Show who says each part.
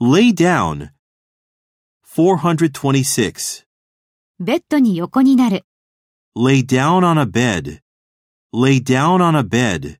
Speaker 1: Lay down. 426.
Speaker 2: ベッドに横になる。
Speaker 1: Lay down on a bed. Lay down on a bed.